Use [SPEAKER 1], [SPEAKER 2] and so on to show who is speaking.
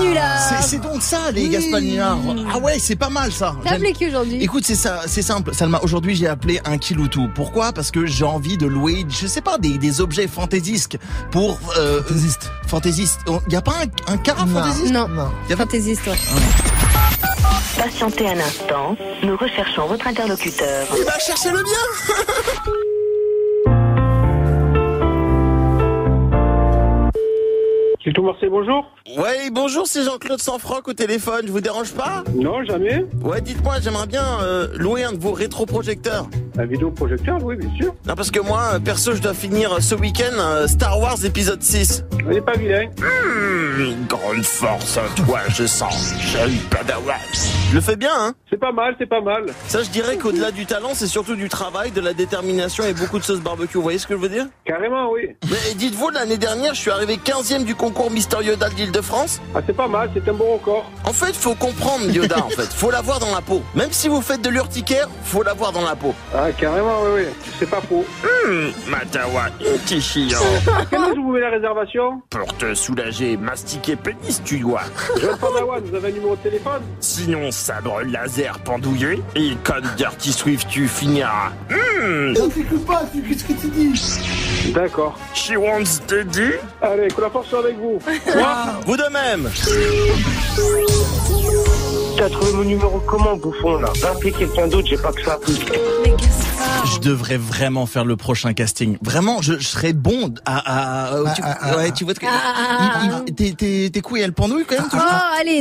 [SPEAKER 1] Nulard.
[SPEAKER 2] C'est- C'est donc ça, les Gaspard Nulard. Ah ouais, c'est pas mal ça.
[SPEAKER 1] T'as
[SPEAKER 2] J'aime-
[SPEAKER 1] appelé qui aujourd'hui
[SPEAKER 2] Écoute, c'est ça, c'est simple. Salma, aujourd'hui, j'ai appelé un kilo tout. Pourquoi Parce que j'ai envie de louer, je sais pas, des, des objets fantaisisques pour euh,
[SPEAKER 3] Fantaisiste.
[SPEAKER 2] fantaisistes. Il y a pas un, un car fantaisiste
[SPEAKER 1] Non.
[SPEAKER 3] Non.
[SPEAKER 2] Y a pas-
[SPEAKER 1] Fantaisiste, ouais.
[SPEAKER 4] Patientez un instant, nous recherchons votre interlocuteur.
[SPEAKER 2] Il va chercher le bien.
[SPEAKER 5] C'est tout Marseille, bonjour
[SPEAKER 2] Ouais, bonjour, c'est Jean-Claude Sanfranc au téléphone. Je vous dérange pas
[SPEAKER 5] Non, jamais.
[SPEAKER 2] Ouais, dites-moi, j'aimerais bien euh, louer un de vos rétroprojecteurs.
[SPEAKER 5] Un vidéoprojecteur, oui, bien sûr.
[SPEAKER 2] Non, parce que moi, euh, perso, je dois finir euh, ce week-end euh, Star Wars épisode 6.
[SPEAKER 5] On n'est pas vilain.
[SPEAKER 2] grande force toi, je sens. Jeune padawan. Je le fais bien, hein
[SPEAKER 5] C'est pas mal, c'est pas mal.
[SPEAKER 2] Ça, je dirais qu'au-delà du talent, c'est surtout du travail, de la détermination et beaucoup de sauce barbecue. Vous voyez ce que je veux dire
[SPEAKER 5] Carrément, oui.
[SPEAKER 2] Mais dites-vous, l'année dernière, je suis arrivé 15e du concours Mister Yoda de l'île de France.
[SPEAKER 5] Ah, c'est pas mal, c'est un bon record.
[SPEAKER 2] En fait, faut comprendre Yoda, en fait. Faut l'avoir dans la peau. Même si vous faites de l'urticaire, faut l'avoir dans la peau.
[SPEAKER 5] Ah, carrément, oui, oui. C'est pas faux.
[SPEAKER 6] Matawa, petit chiant.
[SPEAKER 5] À quelle heure je vous mets la réservation
[SPEAKER 6] Pour te soulager, mastiquer pénis, tu dois.
[SPEAKER 5] Jean Padawan, vous avez un numéro de téléphone
[SPEAKER 6] Sinon, sabre laser pendouillé. Et comme Dirty Swift, tu finiras. Hmm,
[SPEAKER 5] D'accord.
[SPEAKER 6] she wants to do.
[SPEAKER 5] Allez, que la force soit avec vous.
[SPEAKER 2] Vous de même
[SPEAKER 7] T'as trouvé mon numéro comment, bouffon, là Va appeler quelqu'un d'autre, j'ai pas que ça.
[SPEAKER 1] Mais Gaspard.
[SPEAKER 2] Je devrais vraiment faire le prochain casting. Vraiment, je, je serais bon à... à- à- tu,
[SPEAKER 3] ah, ah,
[SPEAKER 2] ouais, tu vois... de-
[SPEAKER 1] ah, ah,
[SPEAKER 2] Il- il- tes- tes- Tes couilles, elles pendouillent quand même
[SPEAKER 1] Oh, allez,